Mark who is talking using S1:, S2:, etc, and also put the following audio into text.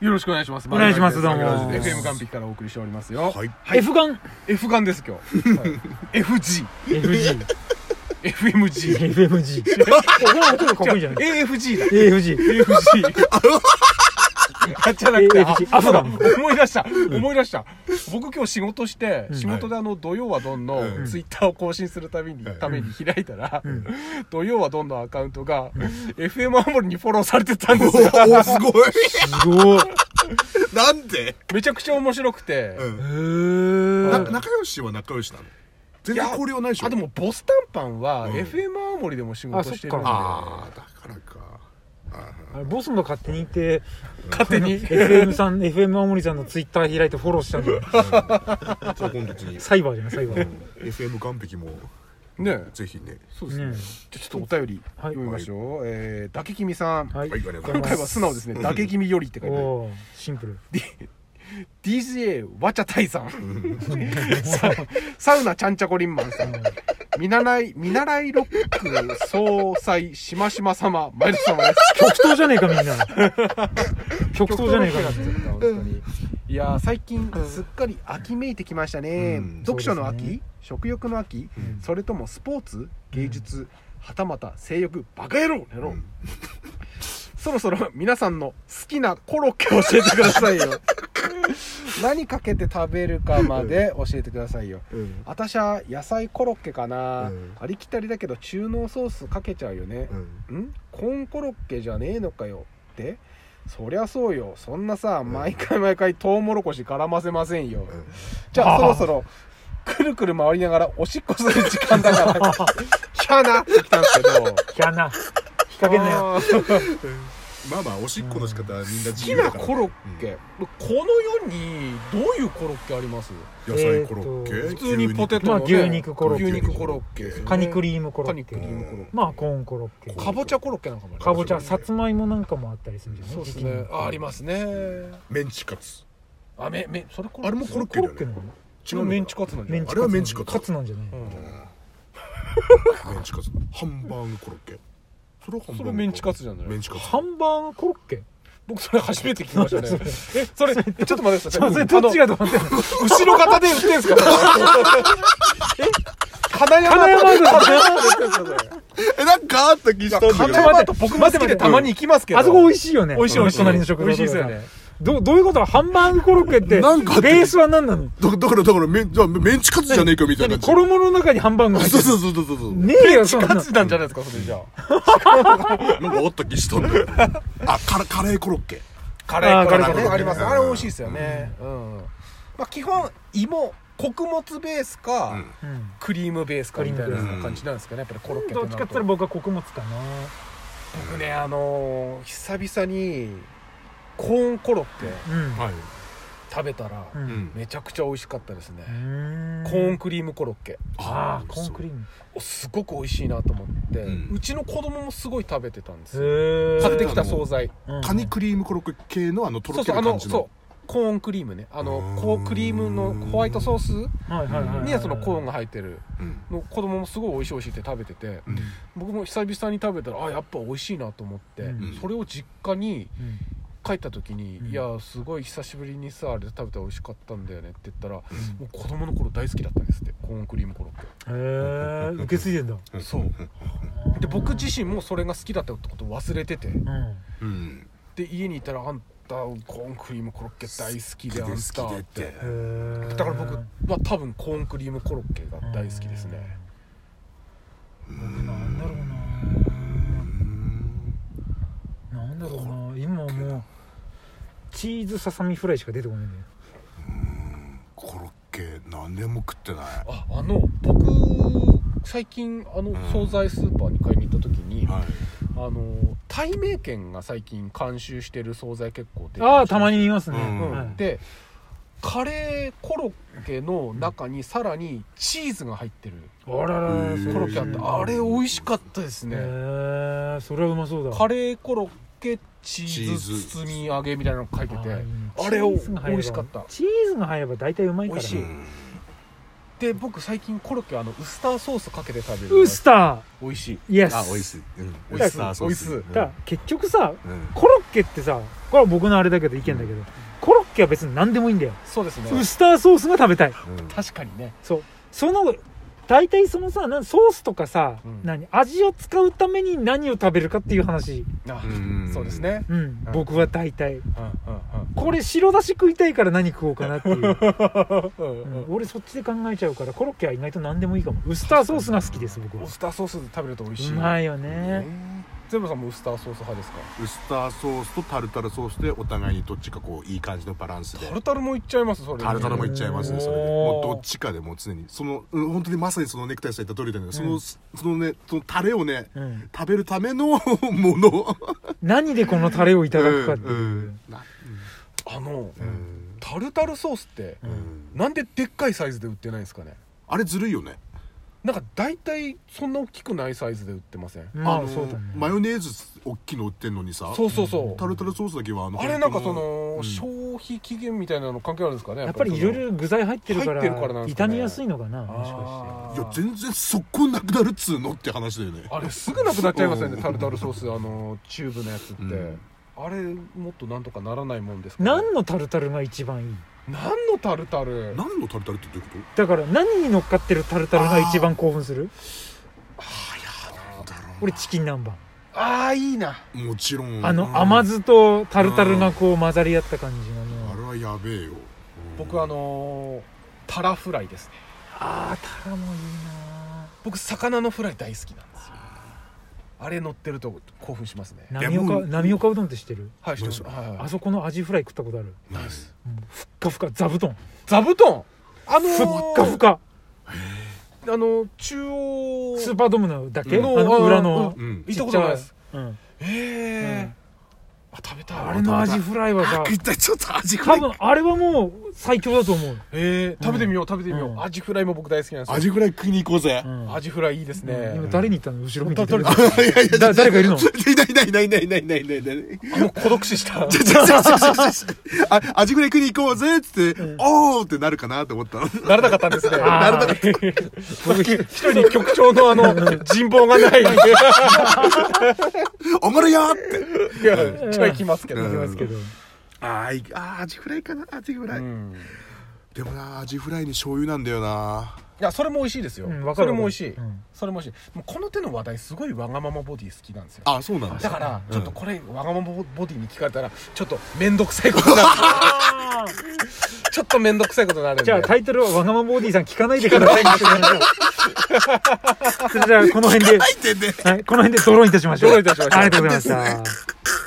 S1: よろしくお願いします。
S2: お願いしますどうも
S1: マルマルです FM 完璧からお送りしておりますよ。
S3: はい
S2: F ガン
S1: F ガンです、今日。はい FG。
S2: FG
S1: FMG。
S2: FMG これは音がかっこいいじゃない
S1: AFG だ。
S2: AFG
S1: AFG。あ、じゃなくて、あ
S2: AFG アフガン
S1: 思い出した。思い出した。僕今日仕事して、仕事であの、土曜はどんの
S3: うん
S1: ツイッターを更新するために、ために開いたら、土曜はどんのアカウントが、FM 青森にフォローされてたんですよ。
S3: おおすごい
S2: すごい
S3: なんで
S1: めちゃくちゃ面白くて、
S3: うん
S2: へー
S3: な仲良しは仲良しなの全然交流はないでしょ
S1: あでもボスタンパンは
S3: うん
S1: FM 青森でも仕事してるんで
S3: ああだからかあ
S2: あれボスの勝手に行って
S1: 勝手に
S2: FM さん FM 青森さんのツイッター開いてフォローしたんだよ
S3: ーじゃあ今度次に
S2: サイバーじゃないサイバー
S3: FM 完璧も
S1: ね
S3: ぜひね
S1: そうです
S2: う
S1: ね
S2: ん
S1: じゃあちょっとお便り
S2: はい
S1: 読みましょうえーだけきみさん
S2: は
S3: はい
S2: い
S3: ありがとうござ
S1: 今
S3: いま
S1: 回は素直ですね「だけきみより」って書いてある
S2: おおシンプル
S1: DJ わちゃたいさんササウナちゃんちゃこりんまんさん見習い見習いロック総裁しましま様マイルス様です
S2: 極東じゃねえかみんな極東じゃねえかな
S1: 極東ロックなんですよ本当にいやー最近すっかり秋めいてきましたね、
S3: うん
S1: 読書の秋、
S2: そうです
S1: 食欲の秋、
S2: ん
S1: それともスポーツ芸術、はたまた性欲バカ野郎やろう、
S3: うん
S1: そろそろ皆さんの好きなコロッケ教えてください よ何かけて食べるかまで教えてくださいよ
S3: うん
S1: 私は野菜コロッケかな、
S3: うん
S1: ありきたりだけど中濃ソースかけちゃうよね、
S3: うん
S1: んコーンコロッケじゃねえのかよってそりゃそうよそんなさ毎回毎回トウモロコシ絡ませませんよ
S3: うん
S1: じゃあ
S2: あ
S1: そろそろ
S2: ー
S1: くるくる回りながらおしっこする時間だから キャーなってきたんですけど
S2: キャな引っ掛けんなよ
S1: あー
S3: まあまあおしっこの仕方はみん
S1: 好
S3: な自
S1: き
S3: 由だ
S1: な
S3: から
S1: コロッケ、この世にどういうコロッケあります
S3: 野菜コロッケ、
S2: えー
S1: 普通にポテト
S2: ま
S1: の、
S2: あ
S1: ね
S2: 牛肉コロッケ
S1: 牛肉コロッケですね
S2: カニクリームコロ
S1: カ
S2: ッ
S1: ニク
S2: ケ
S1: リームコロッケ
S2: まあコーンコロッケ
S1: かぼちゃコロッケなんかもあります
S2: かぼちゃさつまいもなんかもあったりするんじゃない
S1: そうですねあありますね
S3: メンチカツ
S1: あめめそれコ
S3: あれもコロッ
S2: コ
S3: ケだ
S2: ロ
S3: よ
S2: ッケ
S3: ね
S1: 違う
S2: なの
S1: メンチカツなんじゃ
S2: メ
S1: ない
S2: ンチカツ
S3: あれはメンチカツ
S2: カツなんじゃない
S3: メンチカツハンバーグコロッケそれはハンバーグコロッケ
S1: それメンチカツじゃない
S3: メンチカツ
S2: ハンバーグコロッケ
S1: 僕それ初めて聞きましたねえそれちょっと待ってくだ
S2: ち
S1: さ
S2: ょ
S1: い
S2: それどっちがどうなってんの
S1: あの後ろ型で売ってんすか え金山
S2: 金山
S1: と
S2: だ
S3: えなんかあった気したんだけど
S1: 金山と僕も好きでたまに行きますけど
S2: あそこ美味しいよね
S1: 美味しい美味しい
S2: 隣の食堂
S1: 美味しいですよね
S2: どどういうことハンバーグコロッケって
S3: なんかあった
S2: ベースは何なの
S3: だだからだからメンじゃあメンチカツじゃねえかみたいな
S2: 何
S3: 感じ
S2: 衣の中にハンバーグ入って
S3: そう
S2: る
S3: そうそうそうそう
S2: ねえよそんな
S1: カ
S2: の
S1: ツなんじゃないですかそれじゃあ
S3: なんかあった気したんだよあカラカレーコロッケ
S1: カレー粉
S2: あーカレー
S1: ね
S2: 粉
S1: ありますあれ美味しいですよねうんまあ基本芋穀物ベースか、
S3: うん
S2: うん
S1: クリームベースかみたいな
S3: クリームベース
S1: 感じなんですかねやっぱりコロッケ
S2: どっちかっつったら
S1: 僕
S2: 僕は穀物かな
S1: 僕ねあのー久々にコーンコロッケ
S2: うん
S3: はい
S1: 食べたら、
S2: う
S3: うんん
S1: めちゃくちゃ美味しかったですね、
S2: うーん
S1: コーンクリームコロッケ
S2: ああコーンクリーム
S1: おすごく美味しいなと思って、う
S3: うん
S1: ちの子供もすごい食べてたんですよ
S2: へえ
S1: 買ってきた惣菜
S3: そうカニクリームコロッケ系のあのと
S1: そ
S3: ろ
S1: う
S3: け
S1: そう
S3: る
S1: あ
S3: 感
S1: の
S3: じの
S1: そうコーンクリームねあの
S3: うーん
S1: こうクリームのホワイトソース
S2: はいはいはいはい
S1: にはそのコーンが入ってる
S3: うん
S1: の子供もすごい美味しい美味しいって食べてて
S3: うん
S1: 僕も久々に食べたらあやっぱ美味しいなと思って、
S2: うん
S1: それを実家に
S2: うん
S1: 帰った時に「
S2: うん
S1: いやすごい久しぶりにさあれ食べたら美味しかったんだよね」って言ったら、もう子供の頃大好きだったんですってコーンクリームコロッケ
S2: へえ受け継いでんだ
S1: そうで僕自身もそれが好きだったってことを忘れてて
S2: うん
S3: うん
S1: で家にいたらあんたコーンクリームコロッケ大好きであん
S3: 好きで
S1: た
S3: っ
S1: って
S3: て
S2: へえ
S1: だから僕は多分コーンクリームコロッケが大好きですね
S2: 僕なんだろうななんだろうな今もうチーズささみフライしか出てこないんだよ
S3: コロッケ何年も食ってない
S1: ああの僕最近あの
S3: ん
S1: 惣菜スーパーに買いに行った時に、あ
S3: はい
S1: の対名券が最近監修してる惣菜結構出て
S2: ああたま
S1: に、
S2: に見ますね、
S3: うん
S2: はい
S1: でカレーコロッケの中にさらにチーズが入ってる
S2: あららら
S3: うん
S1: コロッケあったあれ美味しかったですね、
S2: へえそれはうまそうだ
S1: カ
S2: レ
S1: レーコロッケチーズ包み揚げみたいなの書いててあれを美味しかった
S2: チーズが入れば大体うまいから
S1: 美味しい
S3: うん
S1: で僕最近コロッケはあのウスターソースかけて食べる
S2: ウスタ
S1: 美味しい
S2: ーイエス
S3: あ、美味しい。うん。美味しさ、そうです。
S1: 美
S3: う
S1: 味
S3: ん
S1: し
S2: だから結局さ
S3: うん。
S2: コロッケってさこれは僕のあれだけど意見だけどコロッケは別に何でもいいんだよ
S1: そうですね
S2: ウスターソースが食べたい
S3: うん
S1: 確かにね
S2: そうその大体そのさなソースとかさ、
S1: うん
S2: 何味を使うために何を食べるかっていう話
S1: あ
S3: うん
S1: そうですね
S2: うん、僕は大体
S1: うんうん
S2: これ白だし食いたいから何食おうかなっていう、
S1: う ん
S2: うん俺そっちで考えちゃうからコロッケは意外と何でもいいかもウスターソースが好きです僕は
S1: ウスターソース食べると美味しいう
S2: まいよね
S3: ね
S1: ゼブさんもウスターソース派ですか
S3: ウスターソースとタルタルソースでお互いにどっちかこういい感じのバランスで
S1: タルタルもいっちゃいますそれ
S3: タルタルもいっちゃいますねそれでも
S2: おー
S3: うどっちかでもう常にそのうん本当にまさにそのネクタイさん言った通りだよねそのそのねそのタレをね
S2: うん、
S3: 食べるための もの
S2: 何でこのタレをいただくかっていう、
S3: うんな
S1: あの
S3: うん
S1: タルタルソースって
S3: うん
S1: なんででっかいサイズで売ってないんですかね
S3: あれずるいよね
S1: なんか大体そんな大きくないサイズで売ってません
S2: まあ
S3: の
S2: そうだね
S3: マヨネーズ大きいの売ってんのにさ
S1: そうそうそう
S3: タルタルソースだけはあの
S1: あれなんかそ
S3: うん
S1: の消費期限みたいなの関係あるんですかね
S2: やっぱりいろいろ具材入ってるから
S1: 入ってるからなんですか
S2: 傷
S1: ね
S2: みやすいのかなもしか
S1: あ
S3: い
S1: ー
S3: や全然速攻なくなるっつうのって話だよね
S1: あれすぐなくなっちゃいますよ
S3: う
S1: ね
S3: ん
S1: タルタルソースあのチューブのやつって、
S3: うん
S1: あれもっとなんとかならないもんです
S2: して
S1: か、ね、
S2: 何のタルタルが一番いい
S1: 何のタルタル
S3: 何のタルタルってどういうこと
S2: だから何に乗っかってるタルタルが一番興奮する俺チキン南蛮
S1: ああいいな
S3: もちろん
S2: あ
S3: うん
S2: の甘酢とタルタルがこう混ざり合った感じが
S3: あ
S2: も
S3: れ
S2: う
S3: はやべえよ
S1: 僕あのータラフライですね
S2: ああタラもいいな
S1: 僕魚のフライ大好きなんですよあれ乗ってると興奮しますね
S2: ない
S3: や
S2: 波
S3: も
S2: 岡
S3: う
S2: 波岡うどんって知ってる
S1: はい
S3: どう
S1: 一
S3: ぞ
S1: つはいはい
S2: あそこのアジフライ食ったことある
S3: ナ
S1: ナ
S3: イ
S1: イ
S3: ス
S1: ス
S2: ふっかふか座布団
S1: 座布団あのー
S2: ふっかふか
S1: あのー中央
S2: スーパードームのだけあ
S1: うん
S2: の裏の
S1: う
S3: うん
S1: 行ったことないです
S2: うん
S1: ええーあ食べたい
S2: あれのアジフライはさ
S3: 食いたいちょっと味フラ
S2: 多
S3: イ
S2: 分あれはもう最強だと思う
S1: えー、食べてみよう食べてみよう、
S2: うん
S1: アジフライも僕大好きなんですよ
S3: 味フライ食いに行こうぜ
S2: うん
S1: アジフライいいですね、
S2: 今誰に言ったの後ろ見て
S1: 誰
S2: る
S1: 誰
S3: いやいやいや
S2: だ誰かいるの
S3: いないいないいないいないいないいないいないいない
S1: あの孤独死した
S3: ちょちょちょちょちょあ味フライ食いに行こうぜっつっておーってなるかなと思ったの
S1: なれなかったんですね
S2: あ
S1: なれなかっ
S2: ー僕一
S1: た一人に局長のあの人望が ないんで
S3: おもろいよーって
S1: いやじゃあ行きますけど、
S3: うん
S2: 人いますけど
S3: あーいあーアジフライかなアジフラ
S1: う
S3: イ
S1: ん
S3: でもなアジフライに醤油なんだよない
S1: やそれも美味しいですよ、
S2: うんわか
S1: それ
S2: るわかる
S1: も美味しい、
S2: うん
S1: それも美味しいもうこの手の話題すごいわがままボディ好きなんですよ
S3: あそうなん
S1: だから
S3: うん
S1: ちょっとこれわがままボディに聞かれたらちょっと面倒くさいことに なるちょっと面倒くさいことになるんで
S2: じゃあタイトルはわがままボディさん聞かないでくださいねそれじゃあこの辺で、
S3: でね
S2: はい、この辺でドローンいたしましょ
S1: ドロ
S2: う。
S1: ーンいたしましょう
S2: ありがとうございました。